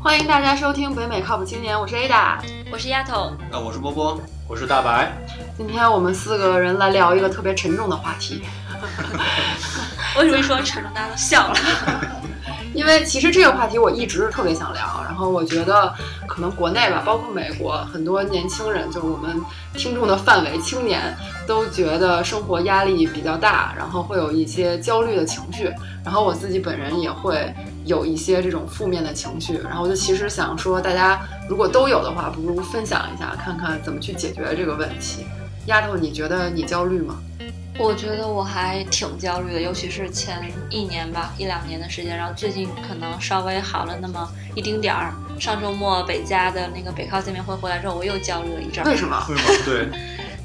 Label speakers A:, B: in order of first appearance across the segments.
A: 欢迎大家收听《北美靠谱青年》，我是 Ada。
B: 我是丫头，
C: 啊，我是波波，
D: 我是大白，
A: 今天我们四个人来聊一个特别沉重的话题，
B: 我以为说沉重，大家都笑了。
A: 因为其实这个话题我一直特别想聊，然后我觉得可能国内吧，包括美国，很多年轻人，就是我们听众的范围，青年都觉得生活压力比较大，然后会有一些焦虑的情绪，然后我自己本人也会有一些这种负面的情绪，然后我就其实想说，大家如果都有的话，不如分享一下，看看怎么去解决这个问题。丫头，你觉得你焦虑吗？
B: 我觉得我还挺焦虑的，尤其是前一年吧，一两年的时间，然后最近可能稍微好了那么一丁点儿。上周末北加的那个北靠见面会回来之后，我又焦虑了一阵
A: 为
B: 儿。
A: 什么？
D: 会吗？对，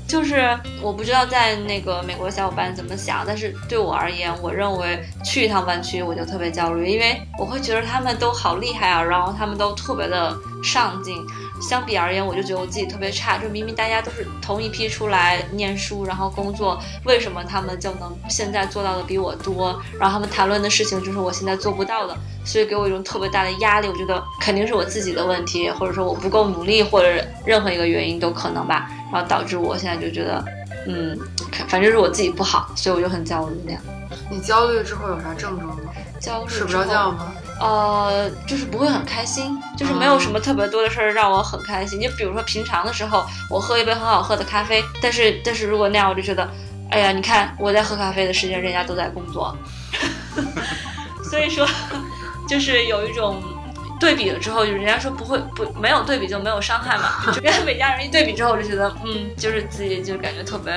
B: 就是我不知道在那个美国小伙伴怎么想，但是对我而言，我认为去一趟湾区我就特别焦虑，因为我会觉得他们都好厉害啊，然后他们都特别的上进。相比而言，我就觉得我自己特别差，就明明大家都是同一批出来念书，然后工作，为什么他们就能现在做到的比我多？然后他们谈论的事情就是我现在做不到的，所以给我一种特别大的压力。我觉得肯定是我自己的问题，或者说我不够努力，或者任何一个原因都可能吧。然后导致我现在就觉得，嗯，反正是我自己不好，所以我就很焦虑那样。
A: 你焦虑之后有啥症状吗？
B: 焦虑
A: 睡不
B: 之后
A: 着觉吗？
B: 呃，就是不会很开心，就是没有什么特别多的事儿让我很开心。就比如说平常的时候，我喝一杯很好喝的咖啡，但是但是如果那样，我就觉得，哎呀，你看我在喝咖啡的时间，人家都在工作， 所以说就是有一种。对比了之后，就人家说不会不没有对比就没有伤害 嘛。就跟每家人一对比之后，我就觉得嗯，就是自己就感觉特别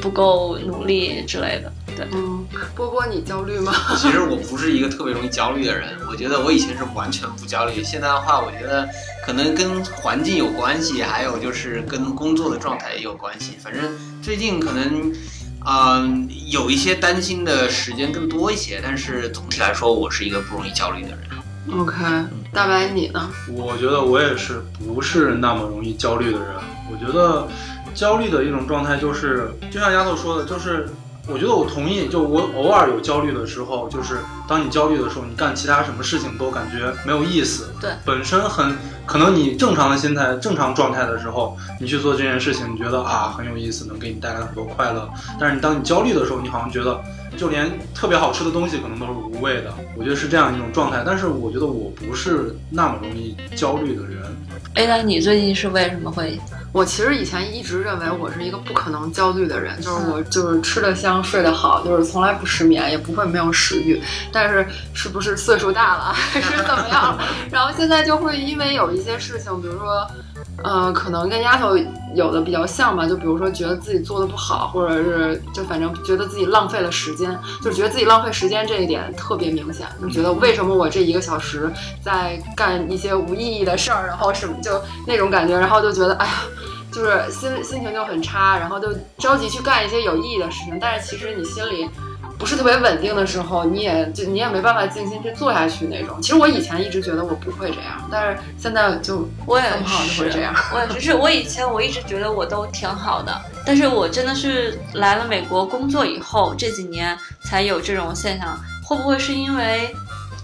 B: 不够努力之类的。对，
A: 嗯，波波，你焦虑吗？
C: 其实我不是一个特别容易焦虑的人，我觉得我以前是完全不焦虑，现在的话，我觉得可能跟环境有关系，还有就是跟工作的状态也有关系。反正最近可能，嗯、有一些担心的时间更多一些，但是总体来说，我是一个不容易焦虑的人。
A: OK，大白你呢？
D: 我觉得我也是不是那么容易焦虑的人。我觉得焦虑的一种状态就是，就像丫头说的，就是我觉得我同意，就我偶尔有焦虑的时候，就是当你焦虑的时候，你干其他什么事情都感觉没有意思。
B: 对，
D: 本身很可能你正常的心态、正常状态的时候，你去做这件事情，你觉得啊很有意思，能给你带来很多快乐。但是你当你焦虑的时候，你好像觉得就连特别好吃的东西可能都是无味的，我觉得是这样一种状态。但是我觉得我不是那么容易焦虑的人，
B: 哎，那你最近是为什么会
A: 我其实以前一直认为我是一个不可能焦虑的人，就是我就是吃得香、睡得好，就是从来不失眠，也不会没有食欲。但是是不是岁数大了，还是怎么样？然后现在就会因为有一些事情，比如说，呃，可能跟丫头有的比较像吧，就比如说觉得自己做的不好，或者是就反正觉得自己浪费了时间，就觉得自己浪费时间这一点特别明显，就觉得为什么我这一个小时在干一些无意义的事儿，然后什么就那种感觉，然后就觉得哎呀。就是心心情就很差，然后就着急去干一些有意义的事情，但是其实你心里不是特别稳定的时候，你也就你也没办法静心去做下去那种。其实我以前一直觉得我不会这样，但是现在就
B: 我也
A: 很好就是会这样。
B: 我也是，是我以前我一直觉得我都挺好的，但是我真的是来了美国工作以后这几年才有这种现象，会不会是因为？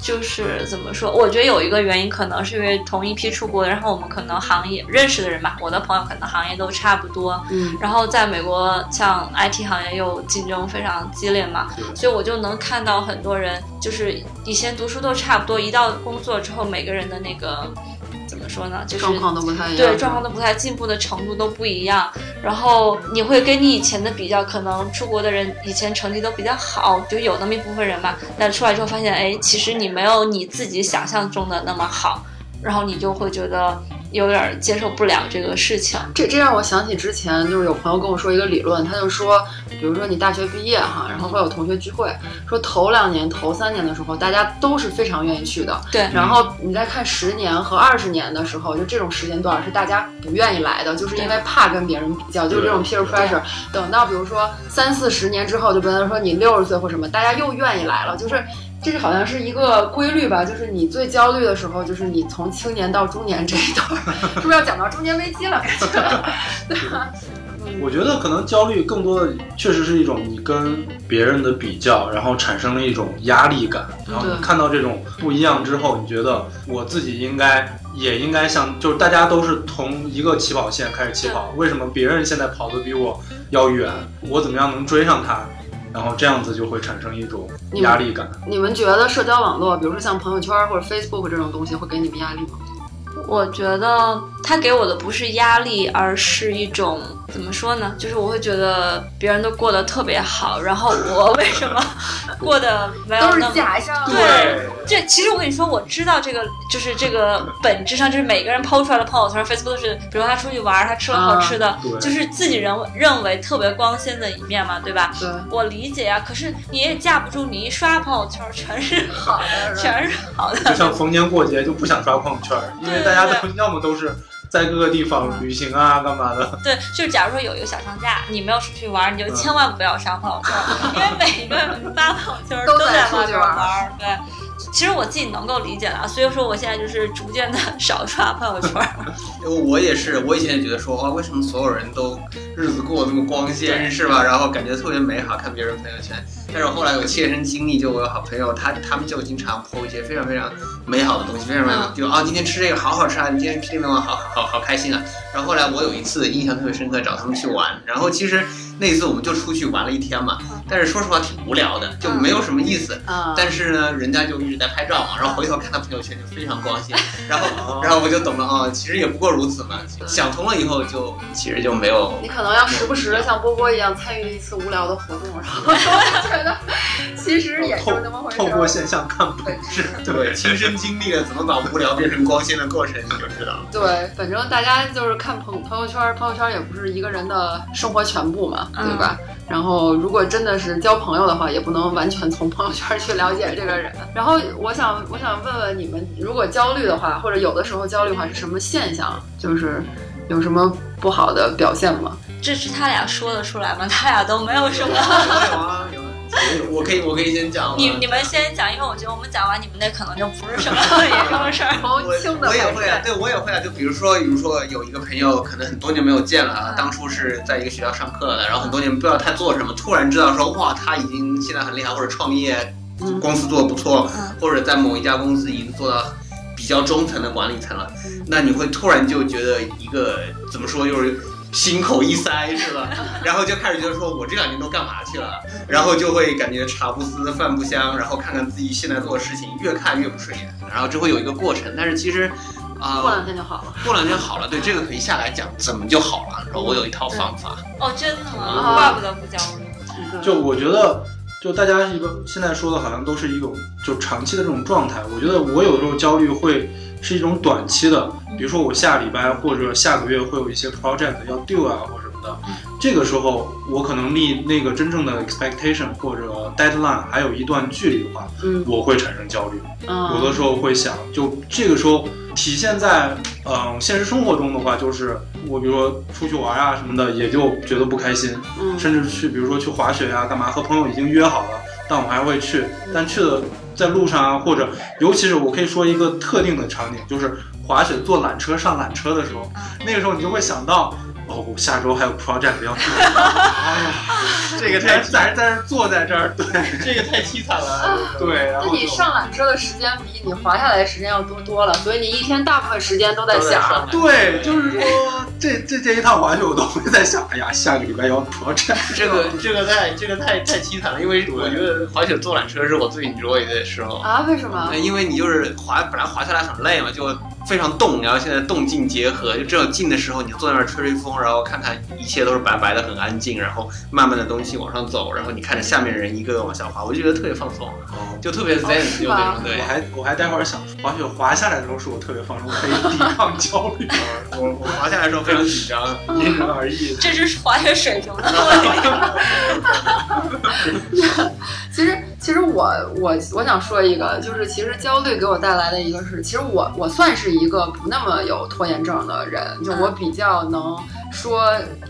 B: 就是怎么说？我觉得有一个原因，可能是因为同一批出国的，然后我们可能行业认识的人吧，我的朋友可能行业都差不多。
A: 嗯，
B: 然后在美国，像 IT 行业又竞争非常激烈嘛，
D: 对
B: 所以我就能看到很多人，就是以前读书都差不多，一到工作之后，每个人的那个怎么说呢，就是
A: 状况都不太一样。
B: 对状况都不太进步的程度都不一样，然后你会跟你以前的比较，可能出国的人以前成绩都比较好，就有那么一部分人吧，但出来之后发现，哎，其实你没有你自己想象中的那么好，然后你就会觉得有点儿接受不了这个事情。
A: 这这让我想起之前就是有朋友跟我说一个理论，他就说，比如说你大学毕业哈，然后会有同学聚会，说头两年、头三年的时候，大家都是非常愿意去的。
B: 对
A: 然后你再看十年和二十年的时候，就这种时间段是大家不愿意来的，就是因为怕跟别人比较，就是这种 peer pressure。等到比如说三四十年之后，就比方说你六十岁或什么，大家又愿意来了，就是。这个好像是一个规律吧，就是你最焦虑的时候，就是你从 青年到中年这一段儿，是不是要讲到中年危机了？感觉，对吧？嗯，
B: 嗯
D: 我觉得可能焦虑更多的确实是一种你跟别人的比较，然后产生了一种压力感，然后你
A: 对
D: 看到这种不一样之后，你觉得我自己应该也应该像，就是大家都是同一个起跑线开始起跑，为什么别人现在跑得比我要远，我怎么样能追上他？然后这样子就会产生一种
A: 你
D: 压力感。
A: 你们觉得社交网络，比如说像朋友圈或者 Facebook 这种东西，会给你们压力吗？
B: 我觉得他给我的不是压力，而是一种怎么说呢？就是我会觉得别人都过得特别好，然后我为什么过得没有
A: 都是
B: 那么？
A: 假象。
B: 对，这其实我跟你说，我知道这个就是这个本质上就是每个人抛出来的朋友圈、Facebook 是，比如他出去玩儿，他吃了好吃的，
A: 嗯
D: 对，
B: 就是自己人认为特别光鲜的一面嘛，对吧？
A: 对，
B: 我理解啊，可是你也架不住你一刷朋友圈全是
A: 好的，
B: 全是好的，
D: 就像逢年过节就不想刷朋友圈，因为大家都要么都是在各个地方旅行啊，干嘛的。
B: 对，就是假如说有一个小长假，你没有出去玩儿，你就
D: 嗯
B: 千万不要刷朋友圈儿，因为每个人发朋友圈儿
A: 都在
B: 在
A: 出
B: 外
A: 去
B: 边
A: 玩儿
B: 儿。对，其实我自己能够理解的啊，所以说我现在就是逐渐的 少刷朋友圈儿。
C: 我也是，我以前也觉得说哇，为什么所有人都日子过得那么光鲜，是吧？然后感觉特别美好，看别人朋友圈。但是我后来有切身经历，就我有好朋友，他他们就经常 po 一些非常非常美好的东西，非常美好，就啊今天吃这个好好吃啊，你今天吃这个好好好好开心啊。然后后来我有一次印象特别深刻，找他们去玩，然后其实那一次我们就出去玩了一天嘛，但是说实话挺无聊的，就没有什么意思。
D: 嗯
A: 啊，
C: 但是呢，人家就一直在拍照嘛，然后回头看他朋友圈就非常光鲜，然后然后我就懂了啊、其实也不过如此嘛。想通了以后就其实就没有
A: 你可能要时不时的像波波一样参与一次无聊的活动，然后 觉得其实也就那么回事
D: 透过
A: 儿。
D: 现象看本质，对
C: 对亲身经历了怎么把无聊变成光鲜的过程，你就知道了。
A: 对，反正大家就是看朋朋友圈，朋友圈也不是一个人的生活全部嘛，
B: 嗯
A: 对吧？然后如果真的是交朋友的话，也不能完全从朋友圈去了解这个人。然后我想，我想问问你们，如果焦虑的话，或者有的时候焦虑的话是什么现象？就是有什么不好的表现吗？
B: 这是他俩说的出来吗？他俩都没有什
C: 有
B: 么。
C: 啊有啊，我可以我可以先讲吗
B: 你你们先讲，因为我觉得我们讲完你们那可能就不是什么 严重的事儿。
A: 朋友轻的
C: 我也
A: 还
C: 会啊，
A: 是
C: 对我也会啊。就比如说，比如说有一个朋友，可能很多年没有见了啊
B: 嗯，
C: 当初是在一个学校上课的，然后很多年不知道他做什么，突然知道说哇，他已经现在很厉害，或者创业
A: 嗯
C: 公司做的不错
B: 嗯，
C: 或者在某一家公司已经做到比较中层的管理层了
A: 嗯，
C: 那你会突然就觉得一个怎么说就是。心口一塞 是吧？然后就开始觉得说，我这两年都干嘛去了？然后就会感觉茶不思饭不香，然后看看自己现在做的事情，越看越不顺眼，然后这会有一个过程。但是其实，啊、
A: 过两天就好了。
C: 过两天好了，对这个可以下来讲怎么就好了。然后我有一套方法，
B: 哦，真的吗？
A: 啊
B: 怪不得不焦虑。
A: 对
D: 就我觉得，就大家一个现在说的，好像都是一种就长期的这种状态。我觉得我有时候焦虑会是一种短期的，比如说我下礼拜或者下个月会有一些 project 要 do 啊或者什么的，这个时候我可能离那个真正的 expectation 或者 deadline 还有一段距离的话，
A: 嗯
D: 我会产生焦虑。有
A: 嗯
D: 的时候会想，就这个时候体现在嗯、呃现实生活中的话，就是我比如说出去玩啊什么的，也就觉得不开心。
A: 嗯
D: 甚至去，比如说去滑雪啊，干嘛，和朋友已经约好了，但我还会去，
A: 嗯
D: 但去的在路上啊，或者尤其是我可以说一个特定的场景，就是滑雪坐缆车上缆车的时候，
A: 嗯
D: 那个时候你就会想到，哦，我下周还有 project 要 做，哎呀，
C: 这个
D: 在在在这坐在这儿，对
C: 这个太凄惨 了。
D: 对，然
A: 那
D: 后
A: 你
D: 就
A: 上缆车的时间比你滑下来的时间要多多了，所以你一天大部分时间都在想，
B: 哎
D: 对，就是说这这这一趟滑雪我都会在想，哎呀，下个礼拜要 project，
C: 这个这个太这个太太凄惨了，因为我觉得滑雪坐缆车是我最 enjoy 的时候。
A: 啊，为什么？
C: 因为你就是滑，本来滑下来很累嘛，就非常冻，然后现在动静结合，就只有静的时候，你坐在那儿吹吹风，然后看看一切都是白白的，很安静，然后慢慢的东西往上走，然后你看着下面人一个个往下滑，我就觉得特别放松，
D: 哦
C: 就特别 zen，、
A: 哦是
C: 就
A: 吧
C: 那种对
D: 我。还我还待会儿想滑雪滑下来的时候是我特别放松，可以抵抗焦虑。
C: 我我滑下来的时候非常紧张，
D: 因人而异。
B: 嗯这就是滑雪水平的。
A: 其实，其实我我我想说一个，就是其实焦虑给我带来的一个是，其实我我算是一个不那么有拖延症的人，就我比较能说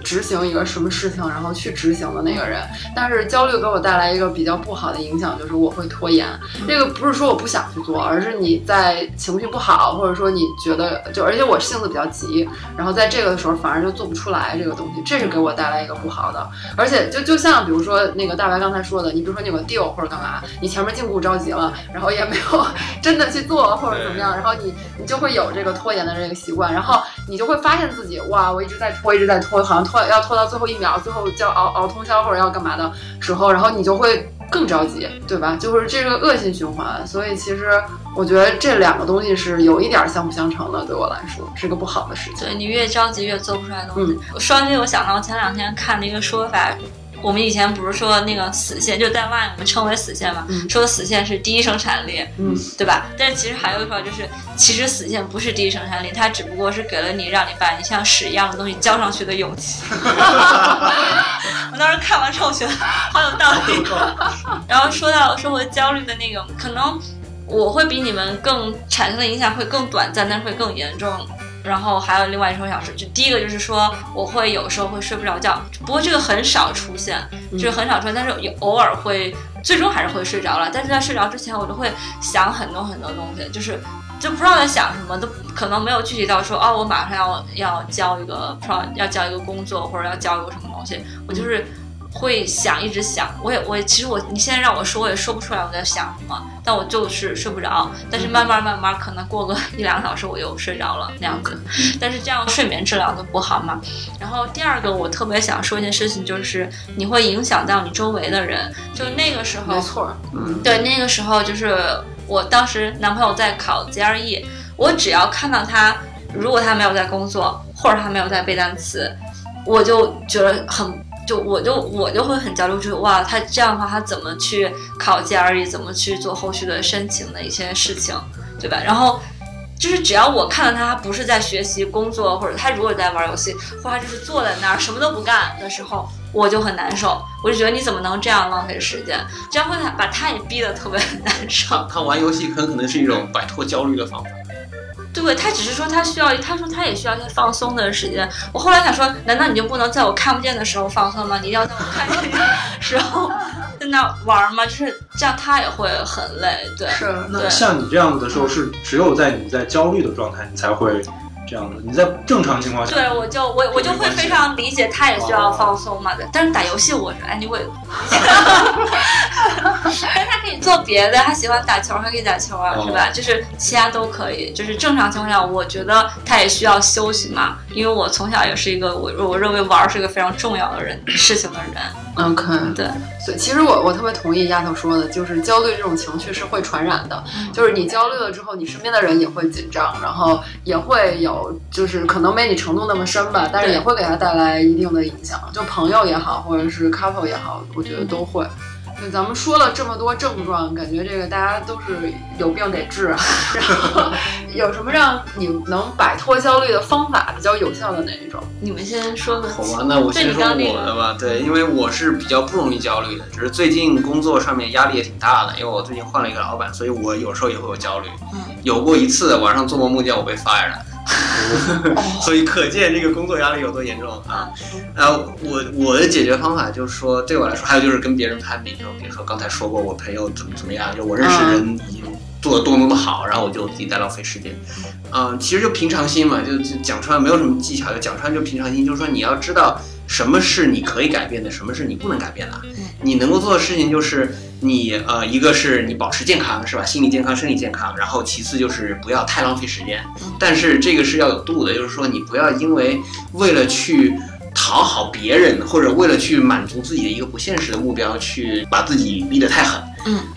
A: 执行一个什么事情，然后去执行的那个人。但是焦虑给我带来一个比较不好的影响，就是我会拖延。这个不是说我不想去做，而是你在情绪不好，或者说你觉得就，而且我性子比较急，然后在这个的时候反而就做不出来这个东西，这是给我带来一个不好的。而且就就像比如说那个大白刚才说的，你比如说你有个 deal 或者干嘛，你前面进度着急了，然后也没有 真的去做或者怎么样，然后你你就会有这个拖延的这个习惯，然后你就会发现自己哇，我一直在拖，一直在拖，好像拖要拖到最后一秒，最后就要熬熬通宵或者要干嘛的时候，然后你就会更着急，对吧？就是这个恶性循环。所以其实我觉得这两个东西是有一点相辅相成的，对我来说是个不好的事情。嗯
B: 对你越着急越做不出来东西。我说到这个，我想到我前两天看了一个说法，我们以前不是说那个死线，就在外我们称为死线嘛，
A: 嗯
B: 说死线是第一生产力，
A: 嗯，
B: 对吧？但是其实还有一说法就是，其实死线不是第一生产力，它只不过是给了你让你把你像屎一样的东西交上去的勇气。 我当时看完之后觉得好有道理。 然后说到说回焦虑的那个，可能我会比你们更产生的影响会更短暂，但是会更严重。然后还有另外一种小事，就第一个就是说，我会有时候会睡不着觉，不过这个很少出现，就是很少出现，但是有偶尔会，最终还是会睡着了。但是在睡着之前，我就会想很多很多东西，就是就不知道在想什么，都可能没有具体到说，哦，我马上要要交一个 pro，要交一个工作或者要交一个什么东西，我就是会想，一直想。我也我也其实我你现在让我说，我也说不出来我在想什么，但我就是睡不着。但是慢慢慢慢，可能过个一两个小时，我又睡着了那样子。
A: 嗯
B: 但是这样睡眠质量就不好嘛。然后第二个，我特别想说一件事情，就是你会影响到你周围的人。就那个时候，
A: 没错儿，
C: 嗯，
B: 对，那个时候就是我当时男朋友在考 GRE，我只要看到他，如果他没有在工作，或者他没有在背单词，我就觉得很。就我就我就会很焦虑，就是哇，他这样的话，他怎么去考 GRE，怎么去做后续的申请的一些事情，对吧？然后就是只要我看到他不是在学习、工作，或者他如果在玩游戏，或者他就是坐在那儿什么都不干的时候，我就很难受。我就觉得你怎么能这样浪费时间？这样会把他也逼得特别难
C: 他
B: 受。
C: 他玩游戏很可能是一种摆脱焦虑的方法。
B: 对，他只是说他需要，他说他也需要一些放松的时间。我后来想说，难道你就不能在我看不见的时候放松吗？你一定要在我看见的时候在那玩吗？就是这样，他也会很累。对，
A: 是
D: 那
B: 对
D: 像你这样子的时候，是只有在你在焦虑的状态，你才会这样子。你在正常 情况下，
B: 对，我就我我就会非常理解，他也需要放松嘛。对但是打游戏我是 anyway，但是他可以做别的，他喜欢打球，他可以打球啊，
D: 哦
B: 是吧？就是其他都可以，就是正常情况下，我觉得他也需要休息嘛，因为我从小也是一个我我认为玩儿是一个非常重要的人事情的人，
A: ，OK，
B: 对，
A: 所以其实我我特别同意丫头说的，就是焦虑这种情绪是会传染的，嗯就是你焦虑了之后，你身边的人也会紧张，然后也会有，就是可能没你程度那么深吧，但是
B: 对
A: 也会给他带来一定的影响，就朋友也好，或者是 couple 也好，我觉得都会。
B: 嗯
A: 那咱们说了这么多症状，感觉这个大家都是有病得治啊。然 后有什么让你能摆脱焦虑的方法比较有效的哪一种？
B: 你们先说吧。
C: 好吧，那我
B: 对
C: 先
B: 你
C: 说
B: 刚那
C: 我的
B: 个，
C: 吧。对，因为我是比较不容易焦虑的，只是最近工作上面压力也挺大的，因为我最近换了一个老板，所以我有时候也会有焦虑。
B: 嗯
C: 有过一次晚上做梦梦见我被 fire 了，
B: 哦
C: 所以可见这个工作压力有多严重啊！啊，我我的解决方法就是说，对我来说，还有就是跟别人攀比，就比如说刚才说过我朋友怎么怎么样，就我认识
A: 嗯
C: 人已经做的多么多么好，然后我就自己在浪费时间。嗯，其实就平常心嘛，就就讲穿，没有什么技巧，就讲穿就平常心，就是说你要知道什么是你可以改变的，什么是你不能改变的。你能够做的事情就是你呃，一个是你保持健康，是吧？心理健康、生理健康，然后其次就是不要太浪费时间
B: 嗯。
C: 但是这个是要有度的，就是说你不要因为为了去。讨好别人，或者为了去满足自己的一个不现实的目标，去把自己逼得太狠。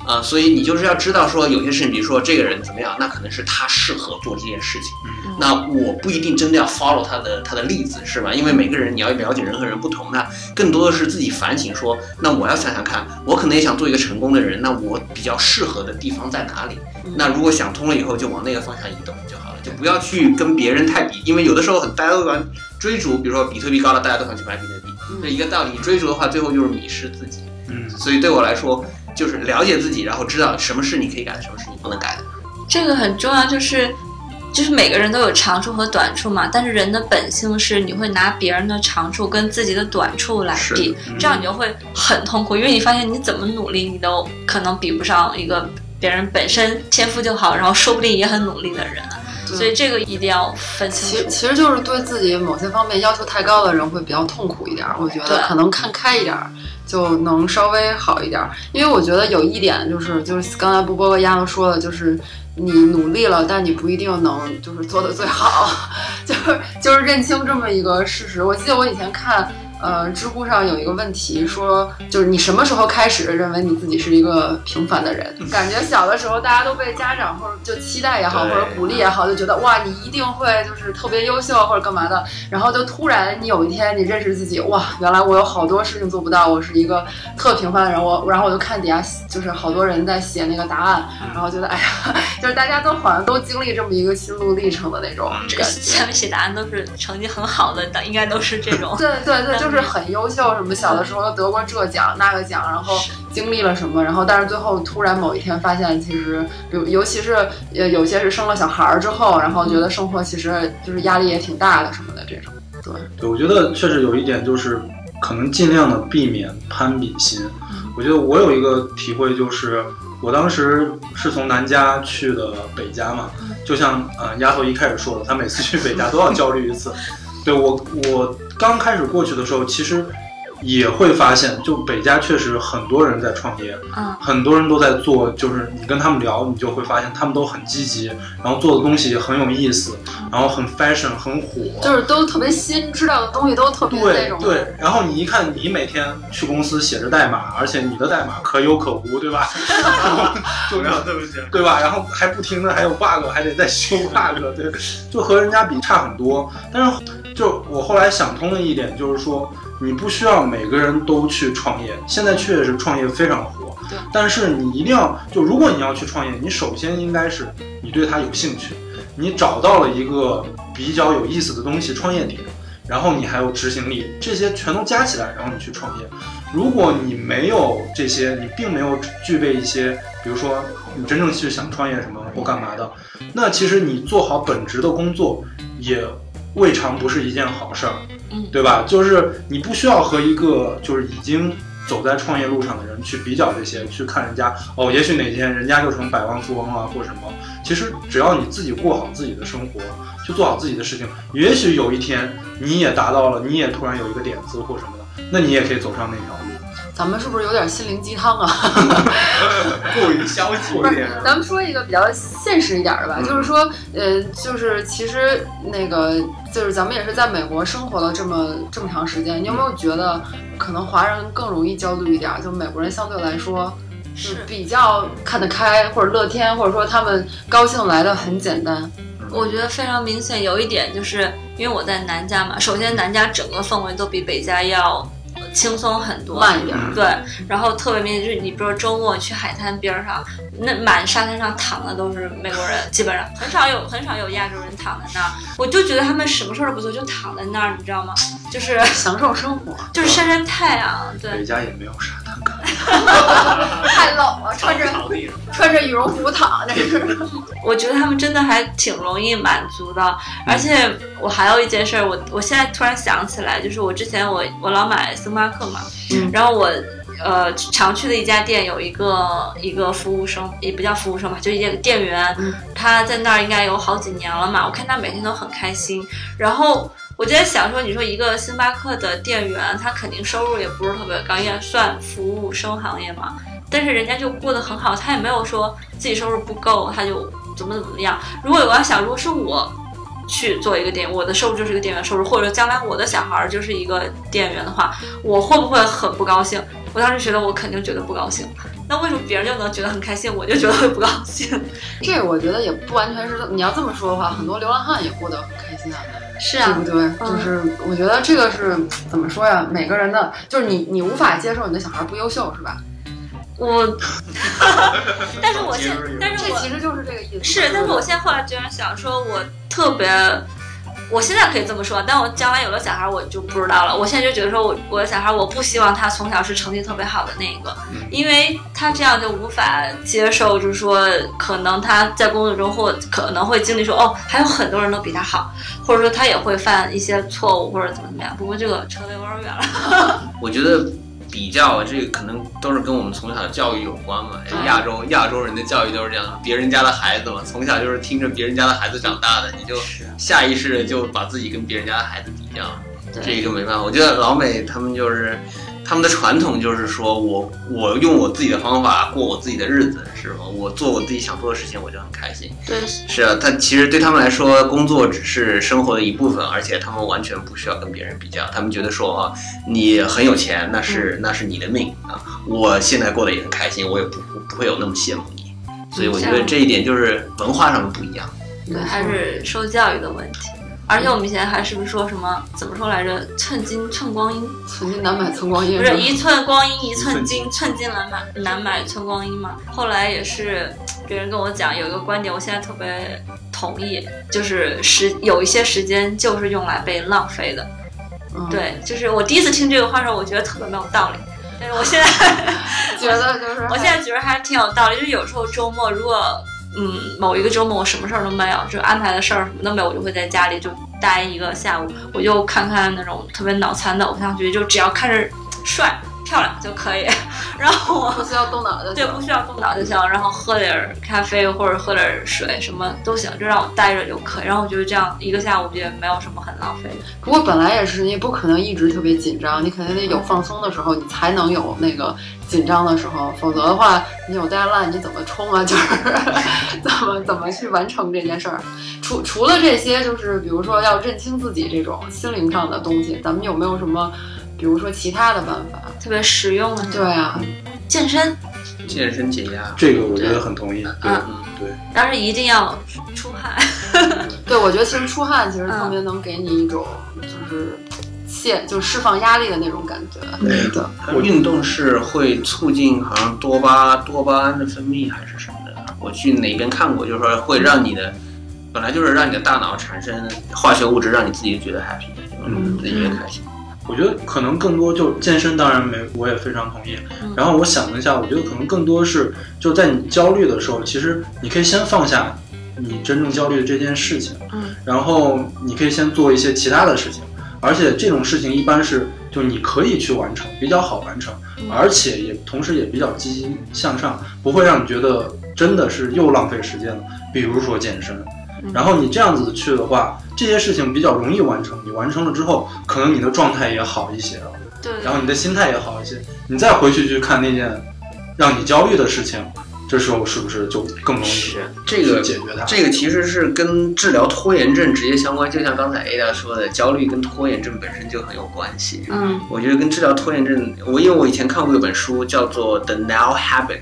C: 啊、所以你就是要知道说，有些事情，比如说这个人怎么样，那可能是他适合做这件事情。
B: 嗯
C: 那我不一定真的要 follow 他的他的例子，是吧？因为每个人你要了解人和人不同，那更多的是自己反省说，那我要想想看，我可能也想做一个成功的人，那我比较适合的地方在哪里？那如果想通了以后，就往那个方向移动就好了，就不要去跟别人太比，因为有的时候很大家都喜欢追逐，比如说比特币高了，大家都想去买比特币，这一个道理。你追逐的话，最后就是迷失自己。
D: 嗯，
C: 所以对我来说，就是了解自己，然后知道什么是你可以改的，什么是你不能改的。
B: 这个很重要，就是就是每个人都有长处和短处嘛，但是人的本性是你会拿别人的长处跟自己的短处来
C: 是
B: 比，
D: 嗯
B: 这样你就会很痛苦，因为你发现你怎么努力，你都可能比不上一个别人本身天赋就好，然后说不定也很努力的人啊。
A: 对
B: 所以这个一定要分
A: 嗯其
B: 清
A: 实
B: 楚。
A: 其实就是对自己某些方面要求太高的人会比较痛苦一点儿，我觉得
B: 对
A: 可能看开一点儿就能稍微好一点儿。因为我觉得有一点就是，就是刚才波波和丫头说的，就是你努力了，但你不一定能就是做的最好， 就是就是认清这么一个事实。我记得我以前看。呃，知乎上有一个问题说，就是你什么时候开始认为你自己是一个平凡的人？感觉小的时候大家都被家长或者就期待也好，或
C: 对
A: 者鼓励也好，就觉得哇，你一定会就是特别优秀或者干嘛的。然后就突然你有一天你认识自己，哇，原来我有好多事情做不到，我是一个特平凡的人。我然后我就看底下就是好多人在写那个答案，然后觉得哎呀， 就是大家都好像都经历这么一个心路历程的那种
C: 嗯
A: 感觉。
B: 下面写答案都是成绩很好的，但应该都是这种。
A: 对对对，就是很优秀，什么小的时候得过这奖那个奖，然后经历了什么，然后但是最后突然某一天发现，其实比如尤其是呃有些是生了小孩儿之后，然后觉得生活其实就是压力也挺大的什么的这种。对，
D: 对，我觉得确实有一点就是，可能尽量的避免攀比心。我觉得我有一个体会就是，我当时是从南家去的北家嘛，就像呃丫头一开始说的，她每次去北家都要焦虑一次。对我，我刚开始过去的时候，其实也会发现，就北家确实很多人在创业，
B: 嗯
D: 很多人都在做，就是你跟他们聊，你就会发现他们都很积极，然后做的东西也很有意思，然后很 fashion，很火，
A: 就是都特别新，知道的东西都特别那
D: 对
A: 种。
D: 对，然后你一看，你每天去公司写着代码，而且你的代码可有可无，对吧？就
C: 不要对不起，
D: 对吧？然后还不停的还有 bug，还得再 修 bug，对，就和人家比差很多。但是就我后来想通了一点，就是说你不需要每个人都去创业，现在确实创业非常火
A: 对，
D: 但是你一定要就如果你要去创业，你首先应该是你对它有兴趣，你找到了一个比较有意思的东西创业点。然后你还有执行力，这些全都加起来，然后你去创业。如果你没有这些，你并没有具备一些，比如说你真正去想创业什么或干嘛的，那其实你做好本职的工作也未尝不是一件好事儿，
B: 嗯
D: 对吧？就是你不需要和一个就是已经走在创业路上的人去比较这些，去看人家哦，也许哪天人家就成百万富翁啊或什么。其实只要你自己过好自己的生活，去做好自己的事情，也许有一天你也达到了，你也突然有一个点子或什么的，那你也可以走上那条路。
A: 咱们是不是有点心灵鸡汤啊？
C: 过于消极一
A: 不是
C: 点，，
A: 咱们说一个比较现实一点的吧，
D: 嗯
A: 就是说，呃，就是其实那个，就是咱们也是在美国生活了这么这么长时间，你有没有觉得，可能华人更容易焦虑一点儿？就美国人相对来说。就是
B: 是
A: 比较看得开，或者乐天，或者说他们高兴来的很简单。
B: 我觉得非常明显，有一点就是因为我在南加嘛，首先南加整个氛围都比北加要呃轻松很多，
A: 慢一点儿
D: 嗯
B: 对，然后特别明显就是，你比如说周末去海滩边儿上，那满沙滩上躺的都是美国人，基本上很少有很少有亚洲人躺在那儿。我就觉得他们什么事儿都不做，就躺在那儿，你知道吗？就是
A: 享受生活，
B: 就是晒晒太阳，
D: 北
B: 对，
D: 家也没有沙滩可以。
A: 太 冷了，穿着
C: 草地
A: 穿着羽 绒服躺，这是
B: 我觉得他们真的还挺容易满足
A: 嗯
B: 的。而且我还有一件事儿，我我现在突然想起来，就是我之前我我老买星巴克嘛，
A: 嗯
B: 然后我。呃，常去的一家店有一个一个服务生，也不叫服务生吧，就一个店员，
A: 嗯
B: 他在那儿应该有好几年了嘛。我看他每天都很开心，然后我就在想说，你说一个星巴克的店员，他肯定收入也不是特别高，应该算服务生行业嘛。但是人家就过得很好，他也没有说自己收入不够，他就怎么怎么样。如果我要想，如果是我去做一个店，我的收入就是一个店员收入，或者将来我的小孩儿就是一个店员的话，我会不会很不高兴？我当时觉得我肯定觉得不高兴。那为什么别人就能觉得很开心，我就觉得会不高兴？
A: 这个我觉得也不完全是。你要这么说的话，很多流浪汉也过得很开心啊。嗯
B: 是
A: 对不，对？就是我觉得这个是怎么说呀？每个人的就是你，你无法接受你的小孩不优秀，是吧？
B: 我， 但是我现，但是
A: 这
B: 我
A: 其实就是这个意思。
B: 是，但是我现在后来居然想说，我特别，我现在可以这么说，但我将来有了小孩，我就不知道了。我现在就觉得说我我的小孩，我不希望他从小是成绩特别好的那个，因为他这样就无法接受，就是说可能他在工作中或可能会经历说哦，还有很多人都比他好，或者说他也会犯一些错误或者怎么怎么样。不过这个扯得有点远了。
C: 我觉得比较这个可能都是跟我们从小教育有关嘛。
B: 嗯
C: 亚洲亚洲人的教育都是这样，别人家的孩子嘛，从小就是听着别人家的孩子长大的，你就下意识的就把自己跟别人家的孩子比较，这
B: 对
C: 个就没办法。我觉得老美他们就是。他们的传统就是说我我用我自己的方法过我自己的日子，是吧？我做我自己想做的事情，我就很开心。
B: 对，
C: 是啊，他其实对他们来说，工作只是生活的一部分，而且他们完全不需要跟别人比较。他们觉得说啊，你很有钱，那是那是你的命啊。我现在过得也很开心，我也不不会有那么羡慕你。所以我觉得这一点就是文化上的不一样。
B: 对，还是受教育的问题。而且我们以前还是不是说什么怎么说来着？寸金寸光阴，
A: 寸金难买寸光阴
B: 不
A: 是吧
B: 是一寸光阴一寸
D: 寸
B: 金，寸金难买难买寸光阴嘛。后来也是别人跟我讲有一个观点，我现在特别同意，就是时有一些时间就是用来被浪费的。
A: 嗯
B: 对，就是我第一次听这个话的时候，我觉得特别没有道理。但是我现在
A: 觉得就是
B: 我现在觉得还挺有道理，就是有时候周末如果嗯某一个周末我什么事儿都没有，就安排的事儿什么都没有，我就会在家里就待一个下午，我就看看那种特别脑残的偶像剧，就只要看着帅漂亮就可以。 然后我
A: 不需要动脑的
B: 对，不需要动脑就行，然后喝点儿咖啡或者喝点儿水，什么都行，就让我待着就可以。然后我觉得这样一个下午，我觉得没有什么很浪费的。
A: 不过本来也是，你不可能一直特别紧张，你肯定得有放松的时候，你才能有那个紧张的时候，否则的话，你有 deadline 你怎么冲啊？就是怎么怎么去完成这件事儿。除 除了这些，就是比如说要认清自己这种心灵上的东西，咱们有没有什么，比如说其他的办法？
B: 特别实用的，
A: 对啊，
B: 健身，
C: 健身解压，
D: 这个我觉得很同意。对
B: 嗯
D: 对，
B: 但是一定要出汗。
A: 对我觉得其实出汗其实
B: 嗯
A: 特别能给你一种就是泄，就释放压力的那种感觉。对的，
D: 我
C: 运动是会促进好像多巴多巴胺的分泌还是什么的。我去哪边看过，就是说会让你的本来就是让你的大脑产生化学物质，让你自己觉得 happy，
D: 嗯
C: 自己觉得开心。
D: 我觉得可能更多就健身，当然没，我也非常同意。然后我想了一下，我觉得可能更多是就在你焦虑的时候，其实你可以先放下你真正焦虑的这件事情，
B: 嗯，
D: 然后你可以先做一些其他的事情，而且这种事情一般是就你可以去完成，比较好完成，
B: 嗯
D: 而且也同时也比较积极向上，不会让你觉得真的是又浪费时间了。比如说健身，然后你这样子去的话，这些事情比较容易完成。你完成了之后，可能你的状态也好一些了，
B: 对，
D: 然后你的心态也好一些。你再回去去看那件让你焦虑的事情，这时候是不是就更容易去
C: 这个
D: 解决它？
C: 这个其实是跟治疗拖延症直接相关，就像刚才 Ada 说的，焦虑跟拖延症本身就很有关系。
B: 嗯
C: 我觉得跟治疗拖延症，我因为我以前看过一本书叫做《The Now Habit》，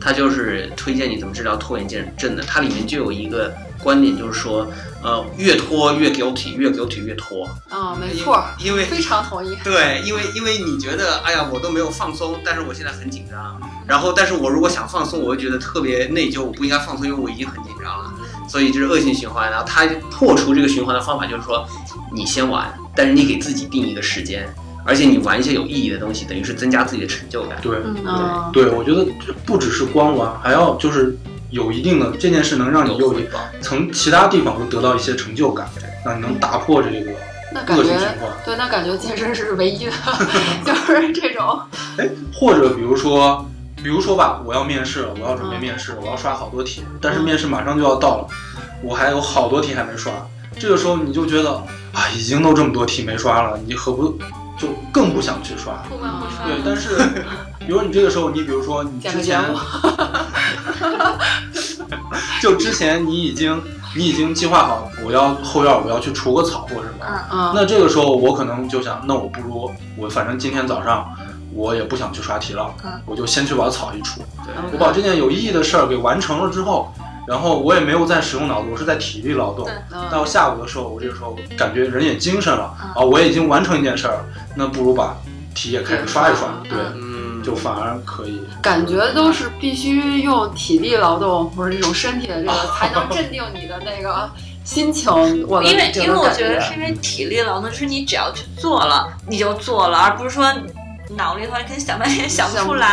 C: 它
A: 嗯
C: 就是推荐你怎么治疗拖延症症的。它里面就有一个观点，就是说，呃，越拖越 guilty，越 guilty 越拖。
A: 啊、没错儿，
C: 因为
A: 非常同意。
C: 对，因为因为你觉得，哎呀，我都没有放松，但是我现在很紧张。然后，但是我如果想放松，我就觉得特别内疚，我不应该放松，因为我已经很紧张了。所以这是恶性循环。然后他破除这个循环的方法就是说，你先玩，但是你给自己定一个时间，而且你玩一些有意义的东西，等于是增加自己的成就感。
D: 对
B: 嗯
A: 嗯，
D: 对，我觉得这不只是光玩，还要就是有一定的这件事能让你
C: 有
D: 又
C: 回报，
D: 从其他地方又得到一些成就感，让你能打破这个
A: 那感
D: 恶性
A: 觉
D: 循环。
A: 对，那感觉健身是唯一的， 就是这种。
D: 哎，或者比如说，比如说吧，我要面试了，我要准备面试了，我要刷好多题，但是面试马上就要到了，我还有好多题还没刷。这个时候你就觉得啊，已经都这么多题没刷了，你何不就更不想去刷？
B: 不管不刷
D: 对，但是比如你这个时候，你比如说你
A: 剪
D: 之
A: 个节
D: 前
A: 目，
D: 就之前你已经你已经计划好，我要后院我要去除个草或什么。
B: 嗯
A: 嗯，
D: 那这个时候我可能就想，那我不如我反正今天早上我也不想去刷题了，
B: 嗯
D: 我就先去把草一除。
A: 嗯
D: 我把这件有意义的事儿给完成了之后，然后我也没有在使用脑子，我是在体力劳动
B: 对。
A: 嗯
D: 到下午的时候，我这个时候感觉人也精神了
B: 嗯
D: 啊，我也已经完成一件事儿了，那不如把题也开始刷一刷
A: 嗯，
D: 对，
C: 嗯，
D: 就反而可以。
A: 感觉都 是必须用体力劳动或者这种身体的这个，才能镇定你的那个心情，我的
B: 因为
A: 整
B: 因
A: 个
B: 为我
A: 感
B: 觉得是因为体力劳动，就是你只要去做了，你就做了，而不是说脑力的话，你可能想半天想不出来。，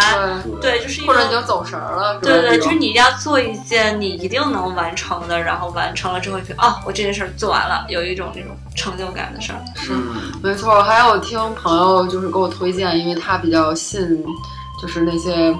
B: 对，就是一
A: 对或者你
B: 个。
A: 就走神儿了，
B: 对对，就是
A: 是吧
B: 你要做一件你一定能完成的，然后完成了之后就哦，我这件事儿做完了，有一种那种成就感的事儿。
C: 嗯，
A: 没错，还有听朋友就是给我推荐，因为他比较信，就是那些，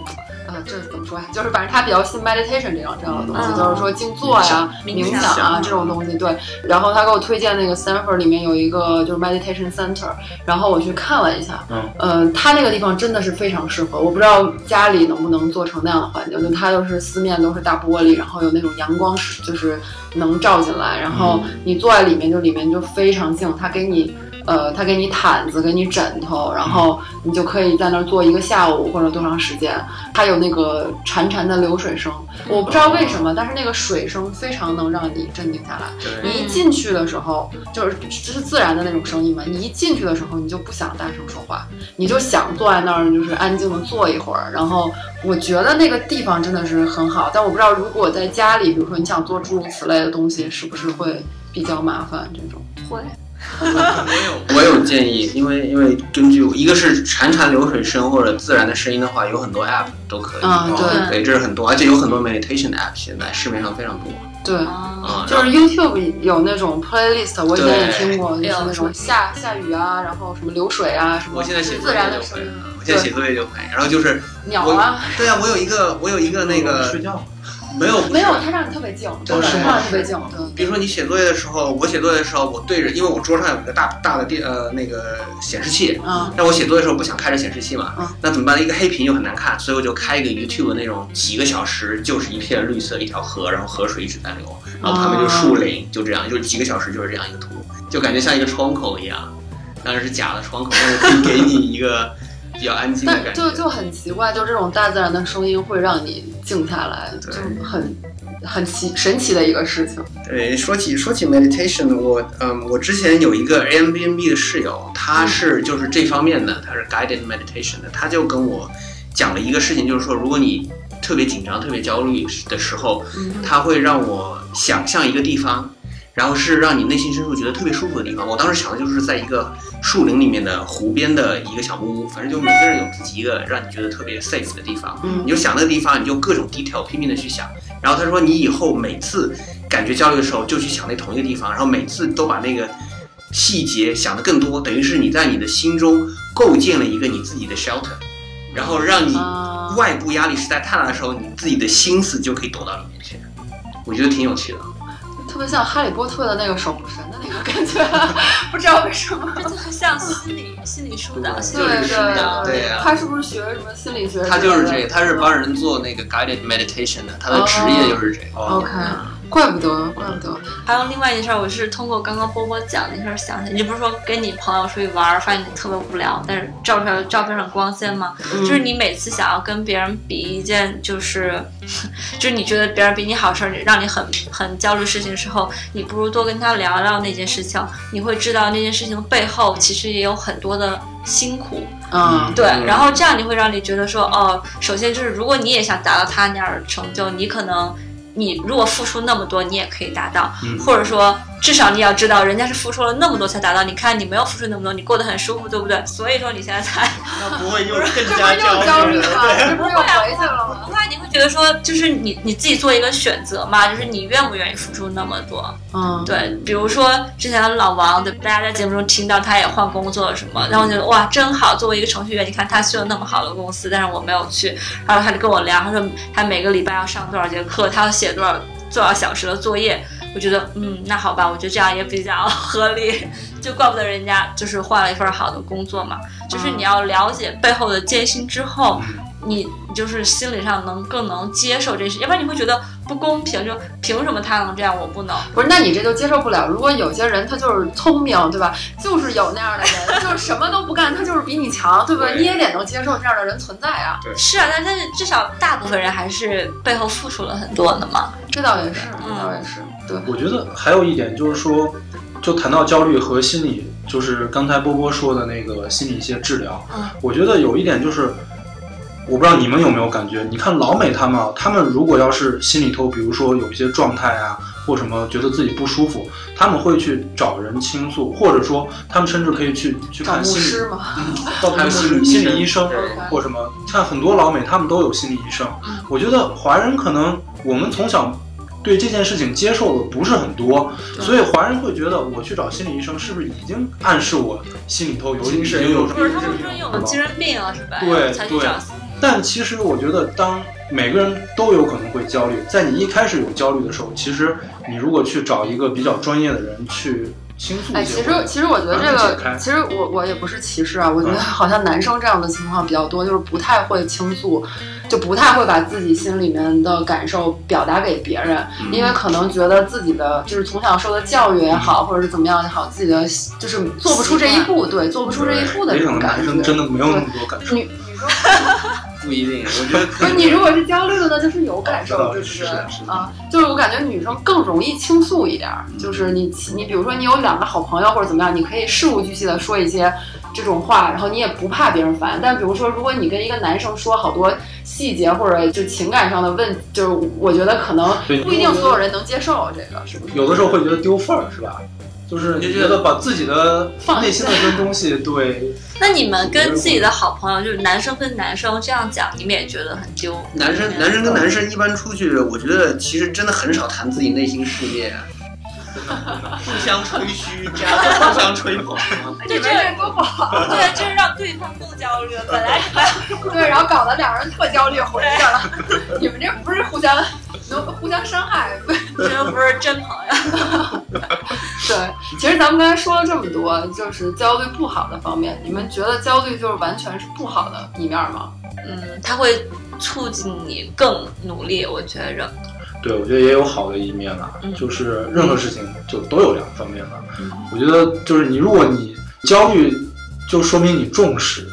A: 呃，这怎么说呀？就是反正他比较信 meditation 这样这样的东西，
B: 嗯
A: 就是说静坐呀、
B: 冥想
A: 冥想啊
C: 冥想
A: 这种东西。对，然后他给我推荐那个 Stanford 里面有一个就是 meditation center，然后我去看了一下，
D: 嗯，
A: 呃，他那个地方真的是非常适合。我不知道家里能不能做成那样的环境，就它都是四面都是大玻璃，然后有那种阳光是，就是能照进来，然后你坐在里面就里面就非常静，他给你。呃，他给你毯子，给你枕头，然后你就可以在那儿坐一个下午或者多长时间。它有那个潺潺的流水声，我不知道为什么，但是那个水声非常能让你镇定下来。你
C: 对，
A: 一进去的时候，就是这是自然的那种声音嘛。你一进去的时候，你就不想大声说话，你就想坐在那儿，就是安静的坐一会儿。然后我觉得那个地方真的是很好，但我不知道如果在家里，比如说你想做诸如此类的东西，是不是会比较麻烦这种？
B: 会，
D: 嗯
C: 我有建议，因为因为根据一个是潺潺流水声或者自然的声音的话，有很多 app 都可以，
A: 嗯
C: 哦
A: 对
C: 对，这是很多，而且有很多 meditation app 现在市面上非常多，
A: 对。
B: 啊，
C: 嗯，
A: 就是 YouTube 有那种 playlist，我以前也听过，就
B: 对
A: 是那种下下雨啊，然后什么流水啊，什么
C: 哎我现在写
A: 自
C: 作业
A: 然的
C: 就
A: 声
C: 会
A: 音，，
C: 我现在写作业就会，然后就是
A: 鸟啊，
C: 对啊，我有一个我有一个那
D: 睡
C: 个
D: 觉，
C: 没有
A: 没有，它让你特别静，真的
D: 是吗
A: 让你特别静，
C: 比如说你写作业的时候，我写作业的时候，我对着，因为我桌上有一个大大的电呃那个显示器，
A: 嗯
C: 那我写作业的时候不想开着显示器嘛，
A: 嗯
C: 那怎么办？一个黑屏又很难看，所以我就开一个 YouTube 那种几个小时就是一片绿色，一条河，然后河水一直在流，然后旁边就是树林，就这样，就是几个小时就是这样一个图，就感觉像一个窗口一样，当然是假的窗口，但是可以给你一个比较安静的
A: 但
C: 感
A: 就
C: 觉。
A: 就很奇怪，就这种大自然的声音会让你静下来，
C: 对
A: 就很很奇神奇的一个事情。
C: 对，呃说起说起 meditation，我嗯，我之前有一个 Airbnb 的室友，他是就是这方面的，他是 guided meditation 的，他就跟我讲了一个事情，就是说，如果你特别紧张、特别焦虑的时候，他会让我想象一个地方，然后是让你内心深处觉得特别舒服的地方。我当时想的就是在一个树林里面的湖边的一个小木屋，反正就每个人有自己一个让你觉得特别 safe 的地方。
A: 嗯
C: 你就想那个地方，你就各种 detail 拼命的去想。然后他说，你以后每次感觉焦虑的时候，就去想那同一个地方，然后每次都把那个细节想得更多，等于是你在你的心中构建了一个你自己的 shelter，然后让你
A: 啊
C: 外部压力实在太大的时候，你自己的心思就可以躲到里面去。我觉得挺有趣的。
A: 特别像哈利波特的那个守护神的那个感觉， 不知道为什么。
B: 这就很像心理心理疏导，心
A: 啊对
B: 理
A: 对
B: 疏导。
C: 对呀
A: 他是不是学什么心理学之类的？嗯
C: 他就是这个，他是帮人做那个 guided meditation 的，他的职
A: 哦
C: 业就是这个。
D: 哦
A: OK，怪不得，怪不得。
B: 还有另外一件事儿，我是通过刚刚波波讲的一事儿想起，你不是说跟你朋友出去玩儿，发现你特别无聊，但是照片照片很光鲜吗？
A: 嗯
B: 就是你每次想要跟别人比一件，就是 就是你觉得别人比你好事儿，让你很很焦虑事情的时候，你不如多跟他聊聊那件事情，你会知道那件事情背后其实也有很多的辛苦，
A: 嗯，
B: 对，
C: 嗯
B: 然后这样你会让你觉得说，哦，首先就是如果你也想达到他那样的成就，你可能你如果付出那么多，你也可以达到，
D: 嗯
B: 或者说至少你要知道人家是付出了那么多才达到，你看你没有付出那么多，你过得很舒服，对不对？所以说你现在才
C: 那不会 又更
A: 这不是又焦虑吗？这不是又
B: 不会啊
A: 回去了吗？
B: 不然你会觉得说，就是你你自己做一个选择嘛，就是你愿不愿意付出那么多？
A: 嗯，
B: 对，比如说之前的老王，对，大家在节目中听到他也换工作了什么，然后我觉得哇，真好。作为一个程序员，你看他去了那么好的公司，但是我没有去。然后他就跟我聊，他说他每个礼拜要上多少节课，他要写多少多少小时的作业。我觉得，嗯，那好吧，我觉得这样也比较合理，就怪不得人家就是换了一份好的工作嘛。就是你要了解背后的艰辛之后，你就是心理上能更能接受这些，要不然你会觉得不公平，就凭什么他能这样，我不能？
A: 不是，那你这就接受不了。如果有些人他就是聪明，对吧？就是有那样的人，就是什么都不干，他就是比你强，对不对？
C: 对
A: 你也得能接受这样的人存在啊。
B: 是啊，但但是至少大部分人还是背后付出了很多的嘛。
A: 这倒也是，这倒也是，对。
D: 我觉得还有一点就是说，就谈到焦虑和心理，就是刚才波波说的那个心理一些治疗，
B: 嗯
D: 我觉得有一点就是，我不知道你们有没有感觉，你看老美他们啊，他们如果要是心里头，比如说有一些状态啊，或什么觉得自己不舒服，他们会去找人倾诉，或者说他们甚至可以去去
A: 找
D: 看
A: 牧
D: 心理
A: 师嘛，
D: 到
C: 还有
D: 心理
C: 心理
D: 心理医生
C: 对
D: 或什么，像很多老美他们都有心理医生
A: 嗯。
D: 我觉得华人可能我们从小对这件事情接受的不是很多，
A: 对
D: 所以华人会觉得我去找心理医生是不是已经暗示我心里头有
C: 精
D: 已
C: 神
D: 经有
C: 有
D: 什
B: 不
D: 么
B: 是他们说有精神病啊，是吧？
D: 对
B: 才去找心理
D: 但其实我觉得，当每个人都有可能会焦虑，在你一开始有焦虑的时候，其实你如果去找一个比较专业的人去倾诉
A: 哎，
D: 一
A: 其
D: 些
A: 实
D: 问题，
A: 其实我觉得这
D: 把它解
A: 个
D: 开，
A: 其实我我也不是歧视啊，我觉得
D: 嗯
A: 好像男生这样的情况比较多，就是不太会倾诉，就不太会把自己心里面的感受表达给别人，
D: 嗯
A: 因为可能觉得自己的就是从小受的教育也好，或者是怎么样也好，自己的就是做不出这一步，对，做不出这一步的
D: 也
A: 这
D: 可
A: 种
D: 能
A: 感
D: 男
A: 觉。
D: 生真的没有那么多感受。
A: 女女生
C: 不一定，我觉得
A: 不
C: 可
A: 是
C: 能
A: 你，如果是焦虑的呢，就是有感受，
D: 哦
A: 对不对
D: 是的是的是？的
A: 啊，就是我感觉女生更容易倾诉一点儿，就是你你比如说你有两个好朋友或者怎么样，你可以事无巨细的说一些这种话，然后你也不怕别人烦。但比如说，如果你跟一个男生说好多细节或者就情感上的问，就是我觉得可能
D: 对
A: 不一定所有人能接受这个，是不是？
D: 有的时候会觉得丢份儿，是吧？就是你觉得把自己的
A: 放
D: 内心的这东西， 对，
B: 那你们跟自己的好朋友，就是男生跟男生这样讲，你们也觉得很丢。
C: 男生男生跟男生一般出去，我觉得其实真的很少谈自己内心世界，啊 互相吹嘘，加 上互相吹捧。
A: 你们这多不好，
B: 对，这让对方更焦虑了。本来
A: 对，然后搞得两人特焦虑回去了。你们这不是互相能互相伤害，
B: 这又不是真朋友。
A: 对，其实咱们刚才说了这么多，就是焦虑不好的方面，你们觉得焦虑就是完全是不好的一面吗？
B: 嗯，他会促进你更努力，我觉着。
D: 对我觉得也有好的一面啦
B: 嗯。
D: 就是任何事情就都有两方面吧
B: 嗯。
D: 我觉得就是你，如果你焦虑，就说明你重视，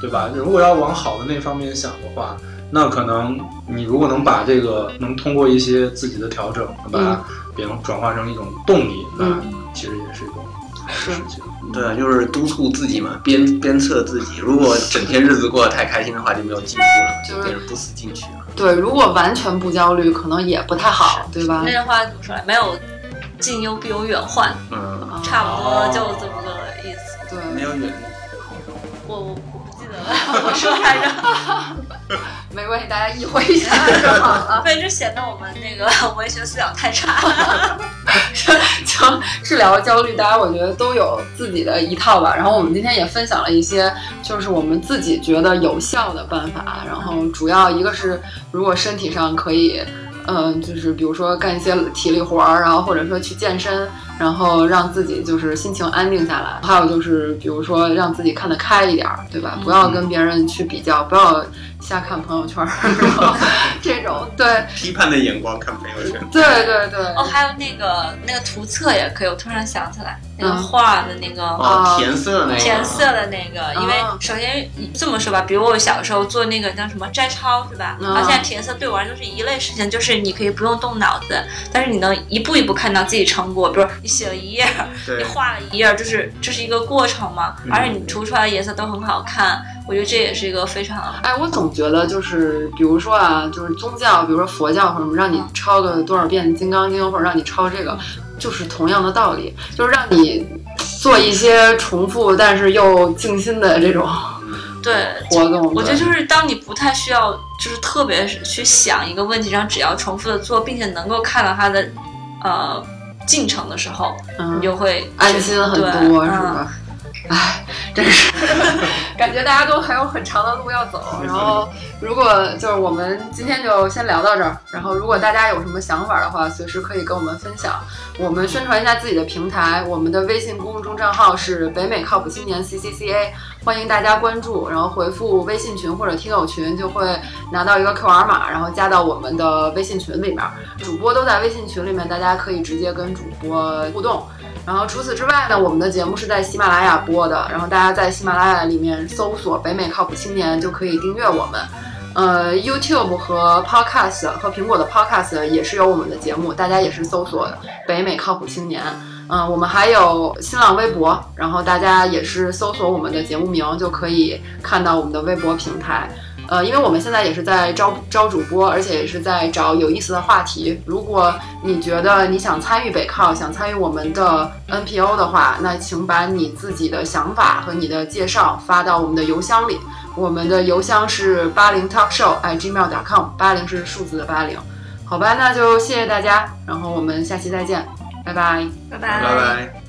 D: 对吧？如果要往好的那方面想的话，那可能你如果能把这个能通过一些自己的调整，能把它变成转化成一种动力，那其实也嗯是一种好的事情。
C: 对啊，就是督促自己嘛，鞭鞭策自己。如果整天日子过得太开心的话，就没有进步了，
A: 就是
C: 就变成不思进取了。
A: 对，如果完全不焦虑，可能也不太好，对吧
B: 那？句话怎么说来？没有近忧必有远患，
C: 嗯，
A: 啊
B: 差不多就这么个意思。
A: 对，
C: 没有远
B: 我我我不记得了，我说来着，
A: 没关系，大家意会一下就好了。
B: 对，这显得我们那个 文学素养太差了。
A: 就治疗焦虑，大家我觉得都有自己的一套吧。然后我们今天也分享了一些，就是我们自己觉得有效的办法。然后主要一个是，如果身体上可以，嗯，就是比如说干一些体力活儿，然啊后或者说去健身，然后让自己就是心情安定下来。还有就是，比如说让自己看得开一点儿，对吧？不要跟别人去比较，不要瞎看朋友圈儿，然后 这种。对
C: 批判的眼光看朋友圈。
A: 对对对。
B: 哦，还有那个那个图册也可以，我突然想起来，那个
A: 嗯
B: 画的那个
A: 啊
C: 哦，填色那个，
B: 填色的那个，因为
A: 啊
B: 首先这么说吧，比如我小时候做那个叫什么摘抄是吧？
A: 啊
B: 然后现在填色对我来说是一类事情，就是你可以不用动脑子，但是你能一步一步看到自己成果，比如你写了一页，你
C: 对，
B: 画了一页，就是这是一个过程嘛，
C: 嗯
B: 而且你涂出来的颜色都很好看，我觉得这也是一个非常
A: 哎，我总觉得就是，比如说啊，就是宗教，比如说佛教或者什么，让你
B: 嗯
A: 抄个多少遍《金刚经》，或者让你抄这个，就是同样的道理，就是让你做一些重复但是又静心的这种
C: 嗯
B: 对。
A: 活动。
B: 我觉
A: 对
B: 得就是当你不太需要，就是特别是去想一个问题，然后只要重复的做，并且能够看到它的，呃，进程的时候，你
A: 嗯，
B: 就会
A: 安心很
B: 对
A: 多，是
B: 嗯
A: 吧？哎，真是 感觉大家都还有很长的路要走。然后，如果就是我们今天就先聊到这儿。然后，如果大家有什么想法的话，随时可以跟我们分享。我们宣传一下自己的平台，我们的微信公众账号是北美靠谱青年 CCCA，欢迎大家关注，然后回复微信群或者听友群，就会拿到一个 QR 码，然后加到我们的微信群里面。主播都在微信群里面，大家可以直接跟主播互动。然后除此之外呢，我们的节目是在喜马拉雅播的，然后大家在喜马拉雅里面搜索“北美靠谱青年”就可以订阅我们。呃，YouTube 和 Podcast 和苹果的 Podcast 也是有我们的节目，大家也是搜索“北美靠谱青年”。嗯，我们还有新浪微博，然后大家也是搜索我们的节目名就可以看到我们的微博平台。呃，因为我们现在也是在招招主播，而且也是在找有意思的话题。如果你觉得你想参与北靠，想参与我们的 NPO 的话，那请把你自己的想法和你的介绍发到我们的邮箱里。我们的邮箱是八零 talkshow at gmail.com，八零是数字的八零。好吧，那就谢谢大家，然后我们下期再见，拜拜。
B: 拜
C: 拜拜。